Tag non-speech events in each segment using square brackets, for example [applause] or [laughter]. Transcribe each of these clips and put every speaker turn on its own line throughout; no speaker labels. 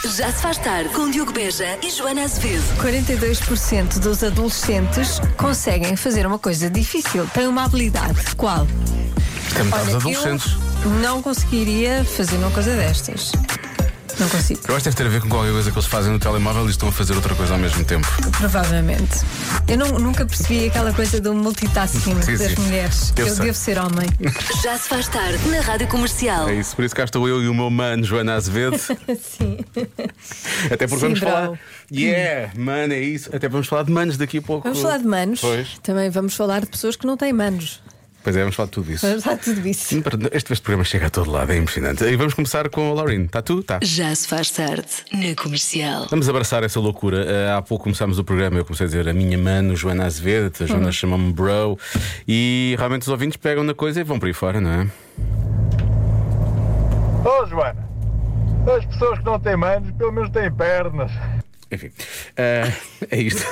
Já se faz tarde com Diogo Beja e Joana Azevedo.
42% dos adolescentes conseguem fazer uma coisa difícil. Têm uma habilidade. Qual?
Estamos aos
Olha,
adolescentes.
Eu não conseguiria fazer uma coisa destas. Não consigo,
Eu acho que deve ter a ver com qualquer coisa que eles fazem no telemóvel e estão a fazer outra coisa ao mesmo tempo.
Então. provavelmente. Eu não- nunca percebi aquela coisa do multitasking
Sim,
das
sim.
mulheres.
Eu
Eu,
sei.
devo ser homem.
Já se faz tarde na Rádio Comercial.
É isso, por isso cá estou eu e o meu mano Joana
[laughs]
Azevedo.
Sim.
Até porque vamos
Sim, bravo.
falar. Yeah, mano, é isso. Até vamos falar de manos daqui a pouco.
Vamos falar de manos.
Pois.
Também vamos falar de pessoas que não têm manos.
Pois é, vamos falar de tudo isso.
Vamos falar de tudo isso.
Este, este programa chega a todo lado, é impressionante. E vamos começar com a Lauren. Está tu? Está.
Já se faz tarde na Comercial.
Vamos abraçar essa loucura. Eh, há pouco começámos o programa, eu comecei a dizer a minha mano, Joana Azevedo, a Joana
Hum.
chama-me bro. E realmente os ouvintes pegam na coisa e vão por aí fora, não é?
Ô Joana, as pessoas que não têm manos, pelo menos têm pernas.
Enfim, eh, é isto.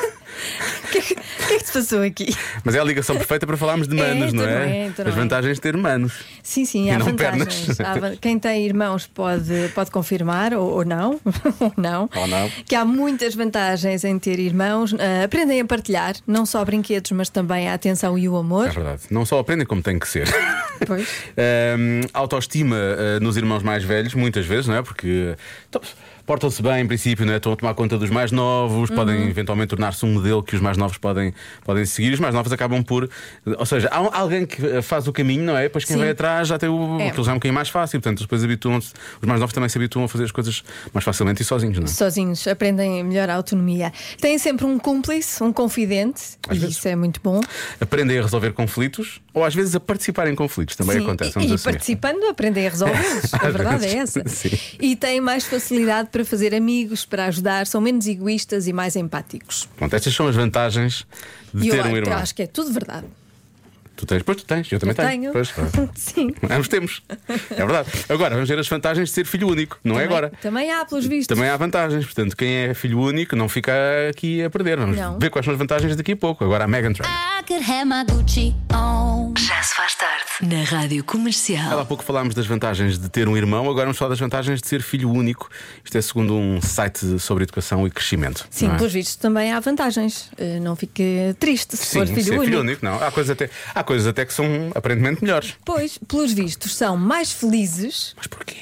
O que, é que- o que é que se passou aqui?
Mas é a ligação perfeita para falarmos de manos,
então
não
não
é?
é, então
As
não é.
vantagens de ter manos.
Sim, sim,
E
há
não
vantagens.
pernas.
Há van- quem tem irmãos pode, pode confirmar, ou, ou não, [laughs] ou não,
Ou não.
que há muitas vantagens em ter irmãos. Ah, aprendem a partilhar, não só brinquedos, mas também a atenção e o
É
amor.
verdade. Não só aprendem como tem que ser.
Pois.
Ahm, autoestima ah, nos irmãos mais velhos, muitas vezes, não é? Porque então, portam-se bem, em princípio, não é? Estão a tomar conta dos mais novos,
Uhum.
podem eventualmente tornar-se um modelo que os mais novos podem, podem seguir. Os mais novos acabam por. Ou seja, há um- alguém que ah, faz o caminho, não é? Depois quem
Sim.
vai atrás já tem o.
É.
Aquilo já é um bocadinho mais fácil, portanto, depois habituam-se. Os mais novos também se habituam a fazer as coisas mais facilmente e sozinhos, não é?
Sozinhos aprendem melhor a autonomia. Têm sempre um cúmplice, um confidente,
Às
e
vezes.
isso é muito bom.
Aprendem a resolver conflitos ou às vezes a participar em conflitos, também
Sim,
acontece.
e,
vamos assim.
e
assumir.
participando aprendem a
[laughs]
resolvê-los. a
Às
verdade é
vezes,
essa.
sim.
E têm mais facilidade para fazer amigos, para ajudar, são menos egoístas e mais empáticos.
Pronto, estas são as vantagens de
e
ter
eu
um
acho-
irmão.
acho que é tudo verdade.
Tu tens, pois tu tens, eu também
Eu
tenho.
tenho. [laughs]
Pois, claro.
Sim.
Ambos temos. É verdade. Agora, vamos ver as vantagens de ser filho único, não é
Também-
agora?
Também há, pelos vistos.
Também há vantagens, portanto, quem é filho único não fica aqui a perder. Vamos
Não.
ver quais são as vantagens daqui a pouco. Agora a Megan Trainor.
I could have my Gucci on.
Já se faz tarde na Rádio
Há
Comercial.
pouco falámos das vantagens de ter um irmão, agora vamos falar das vantagens de ser filho único. Isto é segundo um site sobre educação e crescimento.
Sim,
não é?
pelos vistos também há vantagens. Eh, Não fique triste se
Sim,
for filho
ser
único.
filho único, não. Há coisas, até, há coisas até que são aparentemente melhores.
Pois, pelos vistos, são mais felizes,
Mas porquê?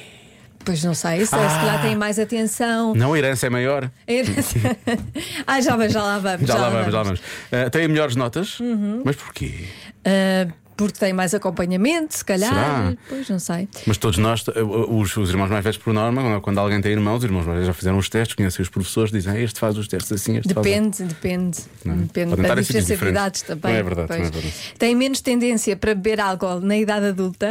pois não sei, se se
Ah.
lá têm mais
[laughs]
atenção.
Não, a herança é maior.
A herança- ah, já, vamos, já lá vamos. Uhum.
Já, lá vamos, já lá vamos. Ah, tem melhores notas, mas porquê?
Ah, porque têm mais acompanhamento, se calhar.
Será?
Pois não sei.
Mas todos nós, eh, os, os irmãos mais velhos, por norma, quando- quando alguém tem irmãos, os irmãos mais velhos já fizeram os testes, conhecem os professores, dizem "Ah, este faz os testes assim, este faz.
Depende, depende.
Não é?
Depende da
Podem estar em sítios
diferença de idades
diferentes.
também.
Não é verdade,
pois.
não é verdade. Hum.
Têm menos tendência para beber álcool na idade adulta,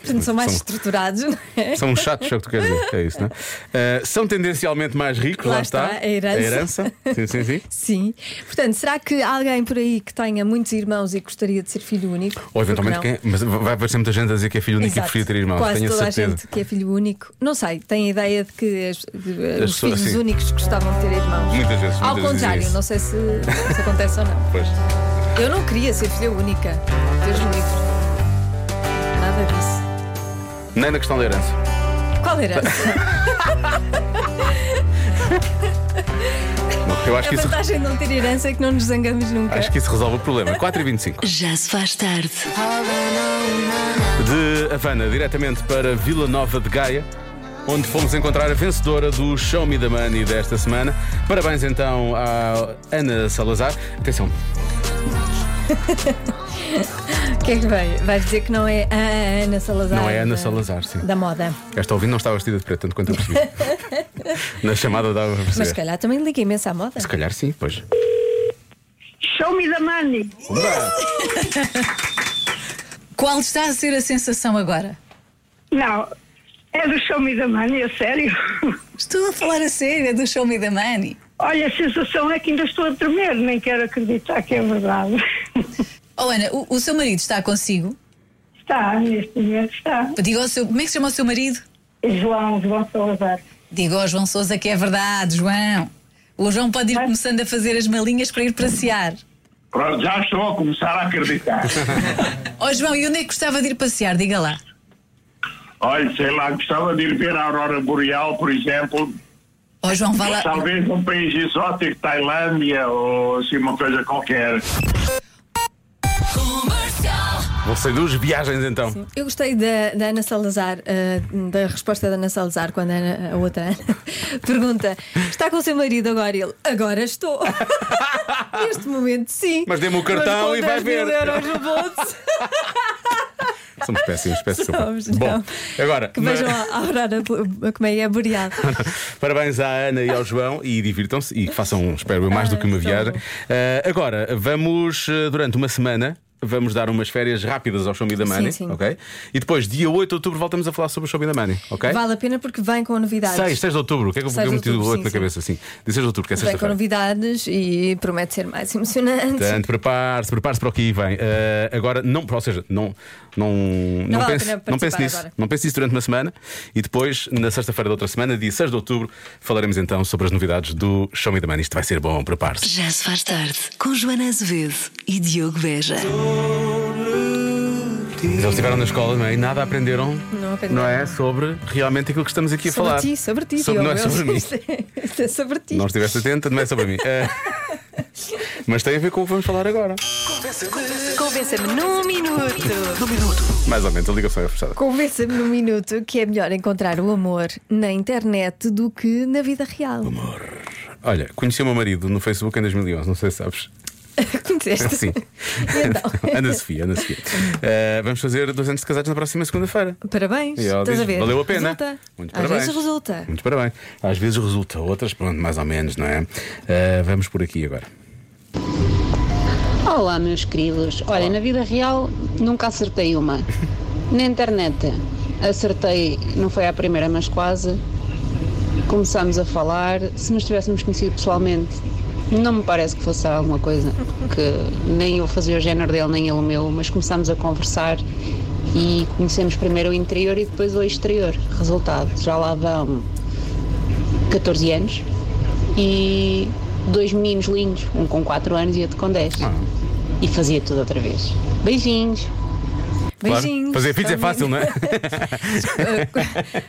portanto são mais
São-
estruturados, não é?
São uns chatos, é o que tu queres dizer.
[laughs]
É isso, não é? Ah, são tendencialmente mais ricos, lá,
Lá está, a herança.
Sim,
[laughs]
sim, sim.
Sim. Portanto, será que há alguém por aí que tenha muitos irmãos e gostaria de ser filho único?
Ou eventualmente,
Por
quem, mas vai aparecer muita gente a dizer que é filho único
Exato.
e preferia ter irmãos,
Quase
tenho a
toda
certeza.
a gente que é filho único. Não sei, tem a ideia de que as- de- eh,
As
os
pessoas,
filhos
sim.
únicos gostavam de ter irmãos.
Muitas vezes,
Ao
muitas vezes
contrário,
isso.
não sei se, se acontece ou não.
Pois.
Eu não queria ser filha única. Deus me livre. Nada disso.
Nem na questão da herança.
Qual era?
Não, Eu acho
a
que, isso,
vantagem de não ter herança é que não nos zangamos nunca.
acho que isso resolve o problema. 4 e 25
Já se faz tarde.
De Havana, diretamente para Vila Nova de Gaia, onde fomos encontrar a vencedora do Show Me the Money desta semana. Parabéns então à Ana Salazar. Atenção,
O que é que vem? Vais dizer que não é a Ana Salazar?
não é Ana
da-
Salazar, sim.
Da moda.
Esta ouvindo não está vestida de preto, tanto quanto
[laughs]
eu percebi. Na chamada dava para
Mas
perceber.
se calhar também liga imenso à moda.
Se calhar sim, pois.
Show me the money.
Qual está a ser a sensação agora?
Não, é do Show me the money, é sério. [laughs]
Estou a falar a sério, é do Show Me the Money.
Olha, a sensação é que ainda estou a tremer, nem quero acreditar que é verdade. [laughs]
Oh Ana, o, o seu marido está consigo?
Está, neste momento está.
Diga ao seu, como é que se chama o seu marido?
João, João Salazar.
Diga ao João Sousa que é verdade, João. O João pode ir começando a fazer as malinhas para ir passear.
Pronto, já estou a começar a acreditar.
Oh João, e onde é que gostava de ir passear? Diga lá.
Olha, sei lá, gostava de ir ver a Aurora Boreal, por exemplo,
Ó João, vá lá.
Talvez um país exótico, Tailândia ou assim uma coisa qualquer.
Vão sair duas viagens então.
Eu gostei da, da Ana Salazar, eh, da resposta da Ana Salazar, quando a, Ana- a outra Ana [laughs] pergunta: está com o seu marido agora? Ele, agora estou. [laughs] Neste momento, sim.
Mas dê-me o
Mas
cartão
com
e vai
10 mil
ver.
euros no bolso.
Somos péssimos, peço desculpa.
Somos,
Bom,
não.
agora.
então. Que
na-
vejam a a aurora, bo- como é que é boreal.
[laughs] Parabéns à Ana e ao João e divirtam-se e que façam, espero eu, mais do que uma
Ah, tão
viagem.
bom.
Ah, agora, vamos, ah, durante uma semana, vamos dar umas férias rápidas ao Show Me the Money,
Sim, sim.
ok? E depois, dia 8 de outubro, voltamos a falar sobre o Show Me the Money, ok?
Vale a pena porque vem com novidades.
6, 6 de outubro, o que é que eu
Seis
vou
de
meti o
outubro,
8 na
sim,
cabeça? Sim, de 6 de outubro, que é
Vem com
sexta-feira.
novidades e promete ser mais emocionante.
Portanto, prepare-se, prepare-se para o que aí vem. Ah, agora, não, ou seja, não, não, não,
vale a
pense,
pena
não pense
participar
nisso.
agora.
Não pense nisso durante uma semana e depois, na sexta-feira da outra semana, dia 6 de outubro, falaremos então sobre as novidades do Show Me the Money. Isto vai ser bom, prepare-se.
Já se faz tarde com Joana Azevedo e Diogo Beja.
Mas Eles estiveram na escola não é? e nada aprenderam,
Não aprenderam.
não é? Sobre realmente aquilo que estamos aqui a
sobre
falar.
ti, sobre ti,
sobre, Não é
Diogo.
sobre
[laughs]
mim.
Isto é- isto é sobre ti.
Não estiveste atenta, não é sobre mim.
[laughs]
É. Mas tem a ver com o que vamos falar agora.
Convença-me num minuto.
Mais ou menos, a ligação é fechada.
Convença-me num minuto que é melhor encontrar o amor na internet do que na vida real.
Hum. Olha, conheci o meu marido no Facebook em 2011, não sei se sabes.
[laughs] Conheceste?
Sim.
E então?
[laughs] Ana Sofia, Ana Sofia. Eh, vamos fazer dois anos de casados na próxima segunda-feira.
Parabéns.
E ela
Estás
diz,
a ver?
é Valeu a pena.
Resulta.
Muito
Às
parabéns.
vezes resulta.
Muito parabéns. Às vezes resulta, outras, pronto, mais ou menos, não é? Eh, vamos por aqui agora.
Olá, meus queridos. Olha, na vida real nunca acertei uma. Na internet acertei, não foi à primeira, mas quase. Começámos a falar. Se nos tivéssemos conhecido pessoalmente, não me parece que fosse alguma coisa que nem eu fazia o género dele, nem ele o meu, mas começámos a conversar e conhecemos primeiro o interior e depois o exterior. Resultado, já lá vão 14 anos e dois meninos lindos, um com 4 anos e outro com 10. E fazia tudo outra vez. Beijinhos!
Claro,
Beijinhos. Tá
Fazer filhos é
Também.
fácil, não é?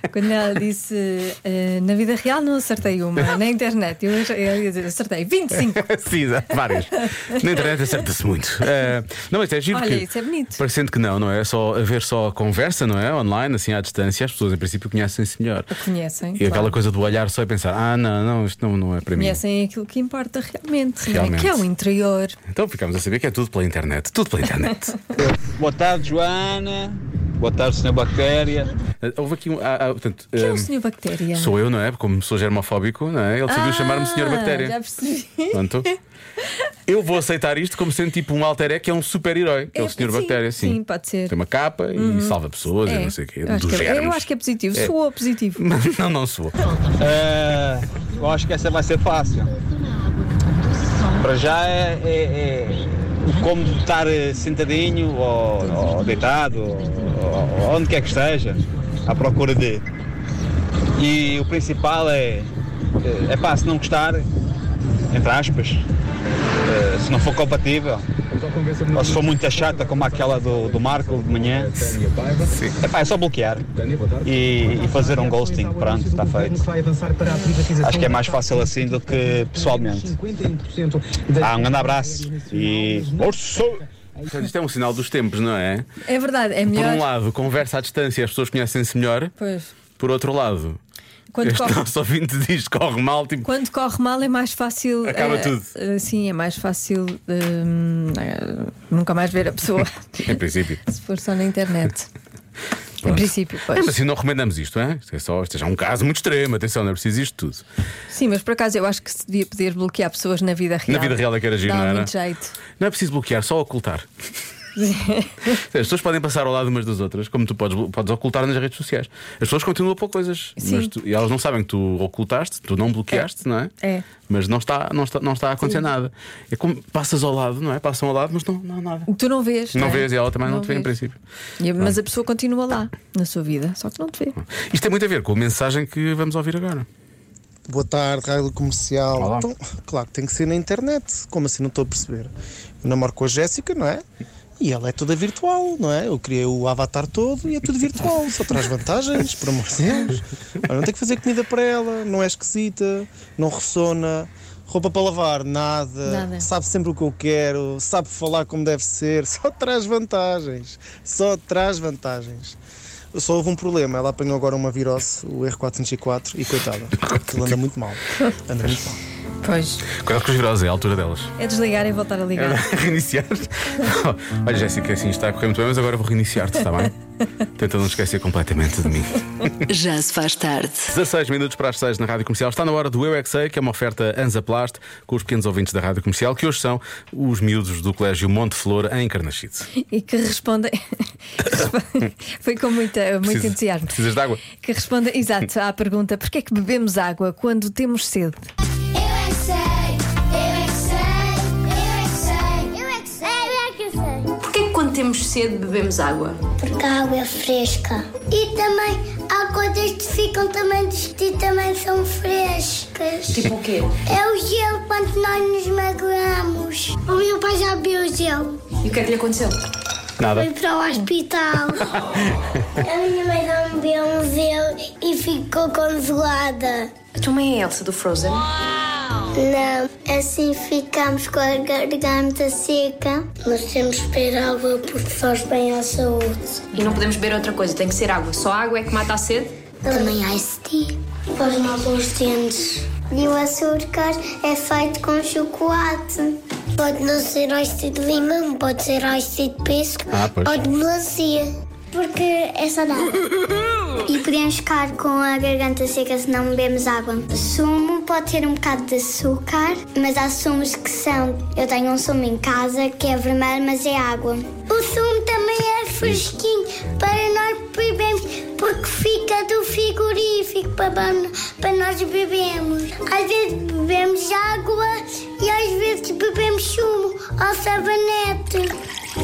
[laughs] Quando ela disse eh, na vida real não acertei
[laughs]
uma, na internet eu achei- ela ia dizer, acertei 25.
[laughs] Sim, exato, várias. Na internet acerta-se muito. Eh, não, isto é giro
Olha,
que-
isso é bonito.
Parecendo que não, não é? Só haver só conversa, não é? Online, assim à distância, as pessoas em princípio conhecem-se melhor.
Conhecem?
E
claro.
aquela coisa do olhar só e pensar, ah, não, não, isto não, não é para mim.
Conhecem aquilo que importa realmente, não é?
Realmente.
que é o interior.
Então ficamos a saber que é tudo pela internet. Tudo pela internet.
[laughs] Boa tarde, Joana. Boa tarde, Sra. Bactéria.
Eh, Houve aqui um. ah, ah, portanto,
Que é
eh,
o senhor Bactéria?
sou eu, não é? Como sou germofóbico, não é? Ele decidiu
Ah,
chamar-me Senhor Bactéria.
Já percebi. [laughs]
Pronto. Eu vou aceitar isto como sendo tipo um alter ego que é um super-herói, que é,
É,
o Senhor
sim,
Bactéria, sim.
sim, pode ser.
Tem uma capa e salva pessoas e
É,
não sei o quê,
eu acho que
dos
é-
germes.
eu acho que é positivo, soou
[laughs]
positivo.
Não, não sou.
É, eu acho que essa vai ser fácil. Para já é, é- é como estar eh, sentadinho ou, ou deitado, ou, ou onde quer que esteja, à procura de. E o principal é, é, é pá, se não gostar, entre aspas, eh, se não for compatível, ou se for muito chata como aquela do, do Marco de manhã, é pá, é só bloquear e, e fazer um ghosting, pronto, está feito. Acho que é mais fácil assim do que pessoalmente. Ah, um grande abraço e. Orso!
Portanto, isto é um sinal dos tempos, não é?
É verdade, é
Por
melhor.
um lado, conversa à distância, as pessoas conhecem-se melhor.
Pois.
Por outro lado,
Quando
este
corre,
nosso ouvinte diz que corre mal, tipo.
quando corre mal é mais fácil.
Acaba
eh,
tudo.
eh, sim, é mais fácil hum, eh, nunca mais ver a pessoa.
[laughs] Em princípio.
Se for só na
[laughs]
internet. Em
Pronto.
princípio, pois.
Mas assim, não recomendamos isto, é? Isto é só, isto é já um caso muito extremo, atenção, não é preciso isto tudo.
Sim, mas por acaso eu acho que se devia poder bloquear pessoas na vida real.
Na vida real é que era giro,
Dá
não era?
muito jeito. [laughs]
Não é preciso bloquear, só ocultar. As pessoas podem passar ao lado umas das outras, como tu podes, podes ocultar nas redes sociais. As pessoas continuam a pôr coisas
Sim.
mas tu- e elas não sabem que tu ocultaste, tu não bloqueaste, não é?
É.
Mas não está, não está, não está a acontecer nada. É como passas ao lado, não é? Passam ao lado, mas não, não há nada.
Tu não vês.
Não
é?
vês e ela também não, te vê, em
vês.
princípio.
E- Mas a pessoa continua lá na sua vida, só que não te vê.
Isto tem muito a ver com a mensagem que vamos ouvir agora.
Boa tarde, Rádio Comercial.
Olá.
Então, claro que tem que ser na internet. Como assim? Não estou a perceber. Eu namoro com a Jéssica, não é? E ela é toda virtual, não é? Eu criei o avatar todo e é tudo virtual, só traz vantagens, por amor de Deus. Olha, não tem que fazer comida para ela, não é esquisita, não ressona. Roupa para lavar, nada.
Nada.
Sabe sempre o que eu quero, sabe falar como deve ser, só traz vantagens. Só traz vantagens. Só houve um problema, ela apanhou agora uma virose, o R404, e coitada, aquilo anda muito mal. Anda muito mal.
Pois.
Cuidado com as viroses, é a altura delas.
É desligar e voltar a ligar.
É. [laughs] Reiniciar. Olha, Jéssica, assim está a correr muito bem, mas agora vou reiniciar-te, está [laughs] bem? Tenta não esquecer completamente de mim.
Já se faz tarde.
16 minutos para as 6 na Rádio Comercial. Está na hora do Eu é Que Sei, que é uma oferta Anzaplast com os pequenos ouvintes da Rádio Comercial, que hoje são os miúdos do Colégio Monte Flor, em Carnachide.
E que [laughs] respondem. [laughs] Foi com muita, muito
Precisa-
entusiasmo.
Precisas de água?
Que responda, exato, à pergunta: porquê é que bebemos água quando temos sede?
Porquê que quando temos sede bebemos água?
Porque a água é fresca. E também há coisas que ficam também que também são frescas.
Tipo o quê?
É o gelo quando nós nos magoamos. O meu pai já bebeu gelo.
E o que é que lhe aconteceu?
Foi para o hospital. a minha mãe já me bebeu um gelo e ficou congelada.
A tua mãe é a Elsa do Frozen?
Não, assim ficamos com a garganta seca. Nós temos que beber água porque faz bem à saúde.
E não podemos beber outra coisa, tem que ser água. Só água é que mata a sede?
Também há esse tea.
tipo.
Faz mal aos dentes. E o açúcar é feito com chocolate. Pode não ser ácido de limão, pode ser ácido de pesco
Ah, pois.
ou de melancia. Porque é saudável. e podemos ficar com a garganta seca se não bebemos água. Sumo pode ter um bocado de açúcar, mas há sumos que são. Eu tenho um sumo em casa que é vermelho, mas é água. O sumo também é fresquinho para nós bebermos, porque fica do frigorífico para, para nós bebermos. Às vezes bebemos água e às vezes bebemos sumo ou sabanete.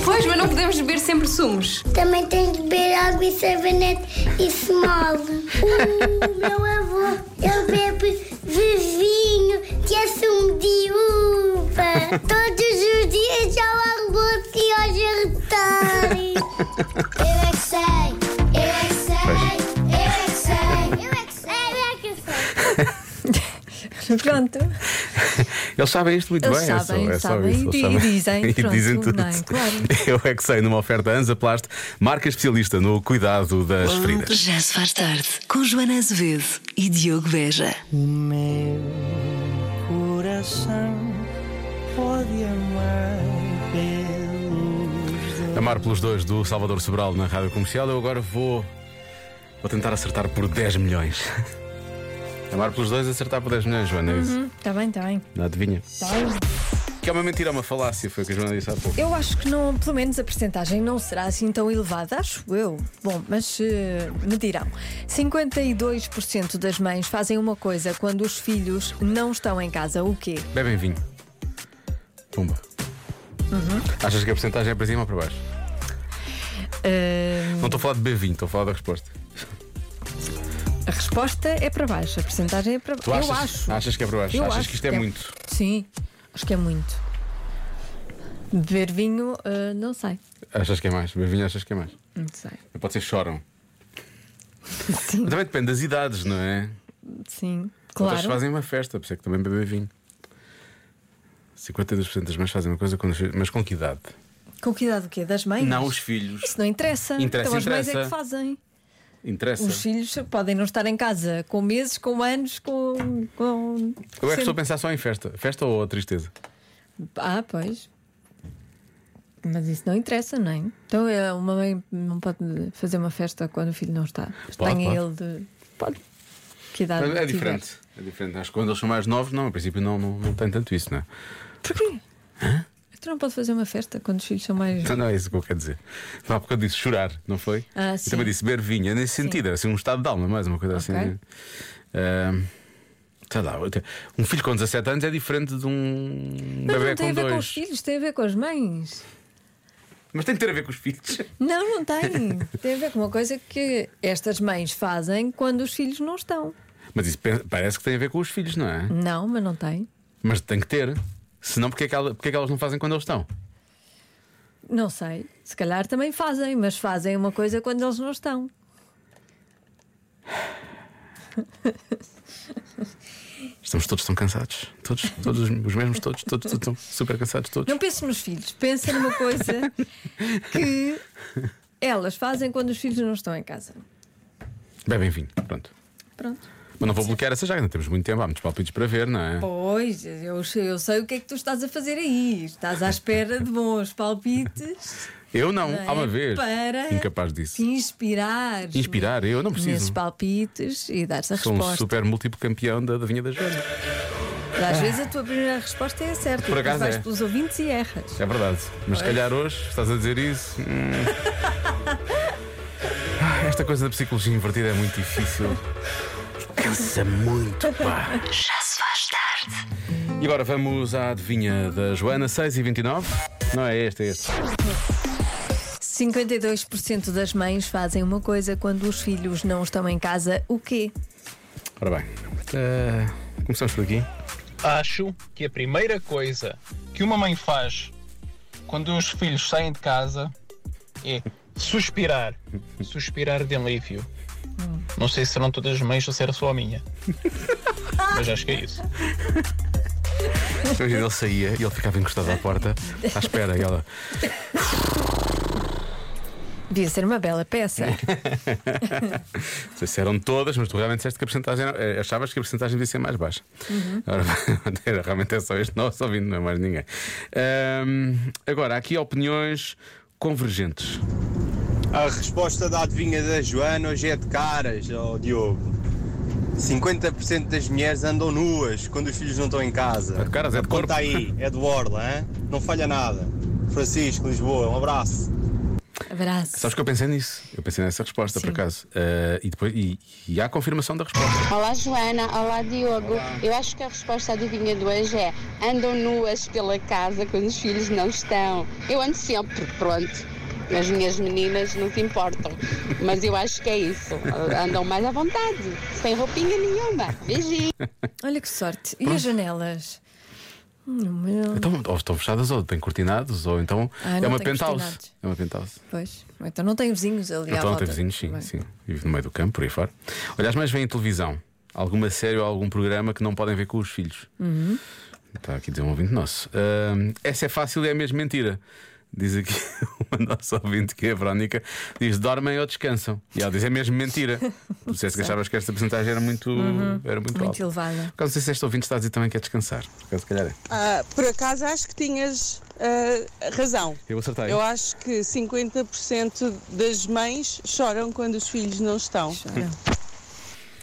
Pois, mas não podemos beber sempre sumos.
Também tens de beber água e sabonete e
[laughs]
se molde. O meu avô, ele bebe de vinho que é sumo de uva. Todos os dias ao almoço e ao jantar. Eu é que sei, eu é que sei, eu é que sei, eu é que sei, eu é que sei.
Pronto.
Eles sabem isto muito
Eles
bem, é só-
sabem,
é só,
sabem
isso.
e
eles
dizem,
[laughs] e
pronto,
dizem tudo.
não é? Claro.
[laughs] Eu é que sei, numa oferta Anzaplast, marca especialista no cuidado das feridas.
Já se faz tarde. Com Joana Azevedo e Diogo Veja.
O meu coração pode amar pelos dois.
Amar pelos dois do Salvador Sobral na rádio comercial. Eu agora vou. Vou tentar acertar por 10 milhões. [laughs] Amar pelos dois, acertar por 10 milhões, Joana. é isso?
Uhum, Tá bem, tá bem.
Não adivinha?
Tá bem.
Que é uma mentira, é uma falácia, foi o que a Joana disse há pouco.
Eu acho que não, pelo menos a percentagem não será assim tão elevada, acho eu. Bom, mas eh, me dirão. 52% das mães fazem uma coisa quando os filhos não estão em casa. O quê?
Bebem vinho. Pumba.
Uhum.
Achas que a porcentagem é para cima ou para baixo?
Eh,
Não estou a falar de beber vinho, estou a falar da resposta.
a resposta é para baixo, a percentagem é para
Tu
baixo.
achas,
Eu acho.
achas que é para baixo?
Eu
achas
acho
que isto é,
que é-
muito?
Sim, acho que é muito. Beber vinho, eh, não sei.
Achas que é mais? Beber vinho, achas que é mais?
Não sei. [laughs]
Pode ser choram.
Sim.
Também depende das idades, não é?
Sim,
Outras
claro.
fazem uma festa, por isso é que também bebem vinho. 52% das mães fazem uma coisa, com os filhos- mas com que idade?
Com que idade o quê? Das mães?
Não, os filhos.
Isso não interessa.
Interessa,
então as mães é
interessa.
que fazem.
Interessa.
Os filhos podem não estar em casa com meses, com anos, com. com...
Eu é que estou a
sempre-
pensar só em festa. Festa ou tristeza?
Ah, pois. Mas isso não interessa, não é? Então é, uma mãe não pode fazer uma festa quando o filho não está.
Pode,
Tenha
pode.
ele de. Pode. Que idade tiver.
É diferente. É diferente. Acho que quando eles são mais novos, não, a princípio não, não, não tem tanto isso, não é?
Porquê? Tu não podes fazer uma festa quando os filhos são mais.
Não, não é isso que eu quero dizer. Há pouco eu disse chorar, não foi?
Ah,
eu
sim.
também disse beber vinho, é nesse sentido, era assim um estado de alma, mais uma coisa
Ok.
assim. Ah, sei lá, eu te- um filho com 17 anos é diferente de um
Mas
bebê
não tem
com
a ver com os
dois.
filhos, tem a ver com as mães.
Mas tem que ter a ver com os filhos.
Não, não [laughs] tem. Tem a ver com uma coisa que estas mães fazem quando os filhos não estão.
Mas isso pe- parece que tem a ver com os filhos, não é?
Não, mas não tem.
Mas tem que ter. Senão, porque é que, ela- porque é que elas não fazem quando eles estão?
Não sei. Se calhar também fazem, mas fazem uma coisa quando eles não estão.
Estamos todos tão cansados. Todos, todos os os mesmos, todos, todos, todos estão super cansados, todos.
Não pense nos filhos, pensa numa [laughs] coisa que elas fazem quando os filhos não estão em casa.
Bebem vinho, pronto.
Pronto.
Mas não vou bloquear essa já, ainda temos muito tempo, há muitos palpites para ver, não é?
Pois, eu, eu sei o que é que tu estás a fazer aí. Estás à espera de bons palpites.
Eu não,
é?
há uma vez.
Para
Incapaz disso.
te inspirares
Inspirar, eu não
nesses
preciso.
palpites e dar-se a
Sou um
resposta.
super múltiplo campeão da, da Vinha das Joana.
Às vezes a tua primeira resposta é a certa,
Por
e depois
acaso
vais
é.
pelos ouvintes e erras.
É verdade. Mas se
Pois.
calhar hoje estás a dizer isso. hum. Ah, Esta coisa da psicologia invertida é muito difícil. Cansa muito, pá.
Já se faz tarde.
E agora vamos à adivinha da Joana, 6 e 29 Não é este, é este.
52% das mães fazem uma coisa quando os filhos não estão em casa, o quê?
Ora bem, eh, começamos por aqui.
Acho que a primeira coisa que uma mãe faz quando os filhos saem de casa é suspirar. Suspirar de alívio. Não sei se serão todas as mães ou se era só a minha. Mas acho que é isso.
Imagina, ele saía e ele ficava encostado à porta, à espera, e ela.
Devia ser uma bela
[laughs]
peça.
Não sei se eram todas, mas tu realmente disseste que a porcentagem era- eh, achavas que a porcentagem devia ser mais baixa.
Uhum.
Ora, [laughs] era- realmente é só este nosso ouvindo, não é mais ninguém. Ahm, agora, aqui há opiniões convergentes.
A resposta da adivinha da Joana hoje é de caras, ó Diogo. 50% das mulheres andam nuas quando os filhos não estão em casa.
caras é de corpo.
Conta aí, é de Orla, hein? não falha nada. Francisco, Lisboa, um abraço.
Abraço.
[laughs] Sabes que eu pensei nisso? Eu pensei nessa resposta, por acaso. Ah, e, depois, e, e há a confirmação da resposta.
Olá Joana, olá Diogo. Eu acho que a resposta à adivinha de hoje é andam nuas pela casa quando os filhos não estão. Eu ando sempre, pronto. As minhas meninas não se importam. Mas eu acho que é isso. Andam mais à vontade, sem roupinha nenhuma. Beijinho.
Olha que sorte. E as janelas? Hum,
Então, ou estão fechadas, ou têm cortinados, ou então
Ah,
é
não
uma
tem
penthouse.
cortinados.
É uma penthouse.
Pois, Ou então não tem vizinhos ali à
Então não
volta.
tem vizinhos, sim, sim. Vive no meio do campo, por aí fora. Olha, as mães veem televisão. Alguma série ou algum programa que não podem ver com os filhos.
Uhum.
Está aqui a dizer um ouvinte nosso. Ahm, essa é fácil e é mesmo mentira. Diz aqui [laughs] uma nossa ouvinte que é a Verónica: diz dormem ou descansam. E ela diz é mesmo mentira. Tu disseste que achavas que esta porcentagem era muito,
Uhum.
era muito,
Muito
alta.
elevada.
Por acaso, não sei se este ouvinte está a dizer também que é descansar. Por acaso, se calhar é.
Ah, por acaso acho que tinhas ah, razão.
Eu acertei.
Eu acho que 50% das mães choram quando os filhos não estão.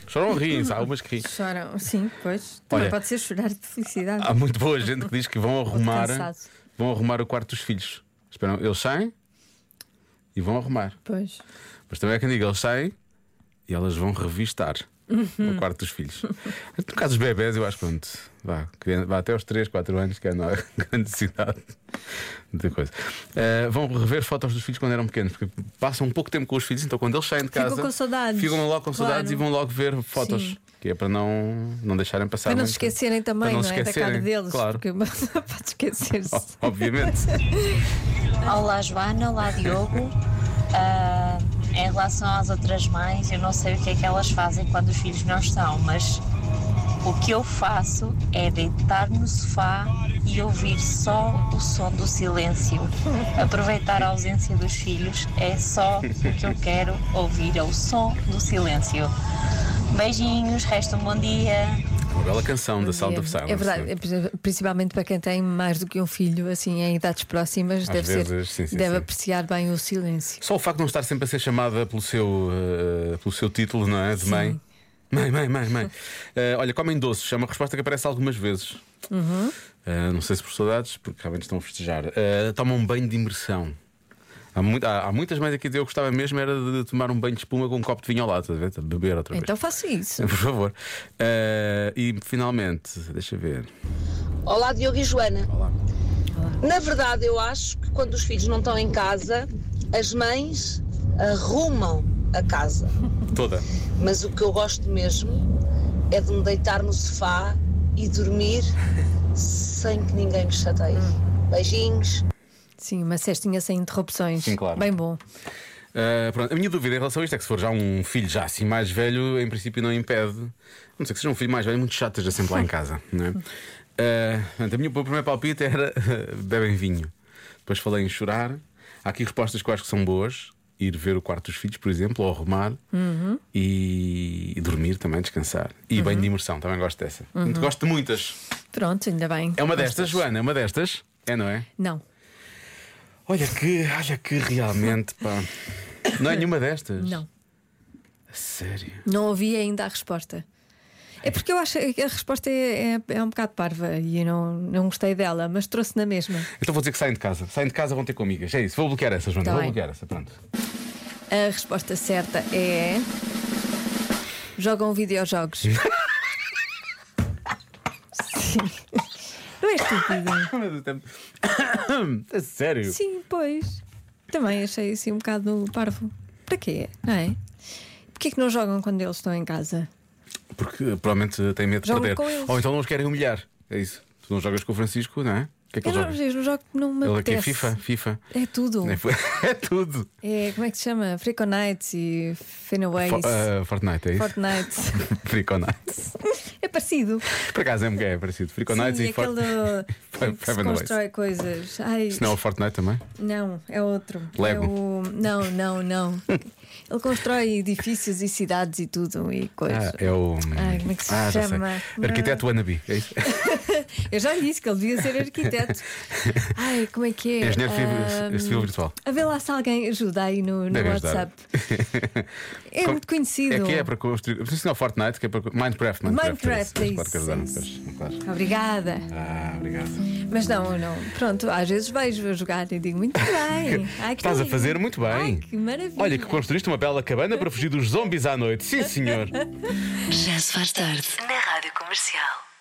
Choram ou riem, há umas que riem.
Choram, sim, pois. Também
Olha,
pode ser chorar de felicidade.
Há muito boa gente que diz que vão arrumar,
cansado.
vão arrumar o quarto dos filhos. Esperam, eles saem e vão arrumar.
Pois.
Mas também é quem diga, eles saem e elas vão revistar
Uhum.
o quarto dos filhos. No caso dos bebés, eu acho que pronto, vá, que vem- vá até aos 3, 4 anos, que é a nossa [laughs] grande cidade. Muita coisa. Eh, vão rever fotos dos filhos quando eram pequenos, porque passam pouco tempo com os filhos, então quando eles saem de
Ficam
casa,
com saudades,
ficam logo com
claro.
saudades e vão logo ver fotos.
Sim.
Que é para não, não deixarem passar.
Para não se
muito-
esquecerem também,
para
não,
não se
é? Da cara
esquecerem,
deles.
claro. Oh.
Porque [laughs] pode esquecer-se.
[laughs] Obviamente.
Olá Joana, olá Diogo. Ah, em relação às outras mães, eu não sei o que é que elas fazem quando os filhos não estão, mas o que eu faço é deitar no sofá e ouvir só o som do silêncio. Aproveitar a ausência dos filhos é só o que eu quero ouvir, é o som do silêncio. Beijinhos, resta um bom dia.
Uma bela canção da Sound of Silence.
É verdade, é pri- principalmente para quem tem mais do que um filho, assim, em idades próximas,
Às
deve, ser-
vezes, sim, sim,
deve
sim.
apreciar bem o silêncio.
Só o facto de não estar sempre a ser chamada pelo seu, eh, pelo seu título, não é? De mãe. Mãe, mãe, mãe, mãe. Eh, olha, comem doces, é uma resposta que aparece algumas vezes.
Uhum.
Eh, não sei se por saudades, porque realmente estão a festejar. Eh, tomam um banho de imersão. Há, muito- há- há muitas mães aqui que eu gostava mesmo era de tomar um banho de espuma com um copo de vinho ao lado, estás a ver? De beber outra vez.
Então faço isso.
[laughs] Por favor. Eh, e finalmente, deixa ver.
Olá, Diogo e Joana. Na verdade, eu acho que quando os filhos não estão em casa, as mães arrumam a casa.
Toda.
Mas o que eu gosto mesmo é de me deitar no sofá
Hum.
e dormir sem que ninguém me chateie. Beijinhos.
Sim, uma cestinha sem interrupções.
Sim, claro.
Bem bom.
Ah, pronto, a minha dúvida em relação a isto é que se for já um filho já assim mais velho, em princípio não impede. A não sei que seja um filho mais velho, muito chato, esteja sempre lá em casa. Não é? Ah, portanto, a minha, o meu primeiro palpite era [laughs] bebem vinho. Depois falei em chorar. Há aqui respostas que eu acho que são boas. Ir ver o quarto dos filhos, por exemplo, ou arrumar
Uhum.
e, e dormir também, descansar. E
Uhum.
banho de imersão, também gosto dessa.
Uhum.
Gosto de muitas.
Pronto, ainda bem.
É uma destas, Joana, é uma destas. É, não é?
Não.
Olha que, olha que realmente, pá. Não é nenhuma destas?
Não.
A sério.
Não ouvi ainda a resposta. É porque eu acho que a resposta é, é- é um bocado parva e eu não, não gostei dela, mas trouxe na mesma.
Então vou dizer que saem de casa. Saem de casa, vão ter comigo. É isso. Vou bloquear essa, Joana.
Tá
vou
bem.
bloquear essa, pronto. [coughs]
A resposta certa é. Jogam videojogos. Sim. Não é
estúpido. [coughs] A sério?
Sim, pois. Também achei assim um bocado parvo. Para quê? Não é? Porquê que não jogam quando eles estão em casa?
Porque eh, provavelmente têm medo de
Jogam
perder.
com eles.
Ou então não os querem humilhar. É isso. Tu não jogas com o Francisco, não é? O que é que
Eu
ele
não,
joga?
eu não jogo, não me
Ele aqui é
apetece.
FIFA. FIFA.
É tudo.
Nem foi- [laughs] É tudo.
É, como é que se chama? Freak on Nights e Fenaways.
Fo- ah, Fortnite, é isso?
É Fortnite.
[laughs] Friconite.
É parecido.
Por acaso é, um- é parecido. Friconites
Sim,
e Fort- [laughs]
aquele
Five-
que
Five
se
and Ways.
constrói coisas. Ai,
Se não é o Fortnite também?
não, é outro.
Lego.
É o... Não, não,
[laughs]
não. Ele constrói edifícios e cidades e tudo e coisas.
Ah, é o.
Ai, como é que se
Ah, já
chama?
sei. Arquiteto Wannabe, é isso?
Eu já lhe disse que ele devia ser arquiteto.
[laughs]
Ai, como é que é?
Engenheiro civil-
Ahm,
civil virtual.
A ver lá se alguém ajuda aí no, no
[laughs] Devem ajudar.
WhatsApp.
[laughs]
É
Como-
muito conhecido.
É que é para construir. Não sei se não é o Fortnite, que é para. Minecraft,
Minecraft, é
Pode
isso,
casar,
é
pois, claro.
Obrigada.
Ah, obrigado.
Mas não, não. Pronto, às vezes vejo jogar e digo muito
[laughs]
bem. Ai, que
Estás a
lindo.
fazer muito bem.
Ai, que maravilha.
Olha que construíste uma bela
[laughs]
cabana para fugir dos zombies à noite. Sim, senhor.
Já se faz tarde na Rádio Comercial.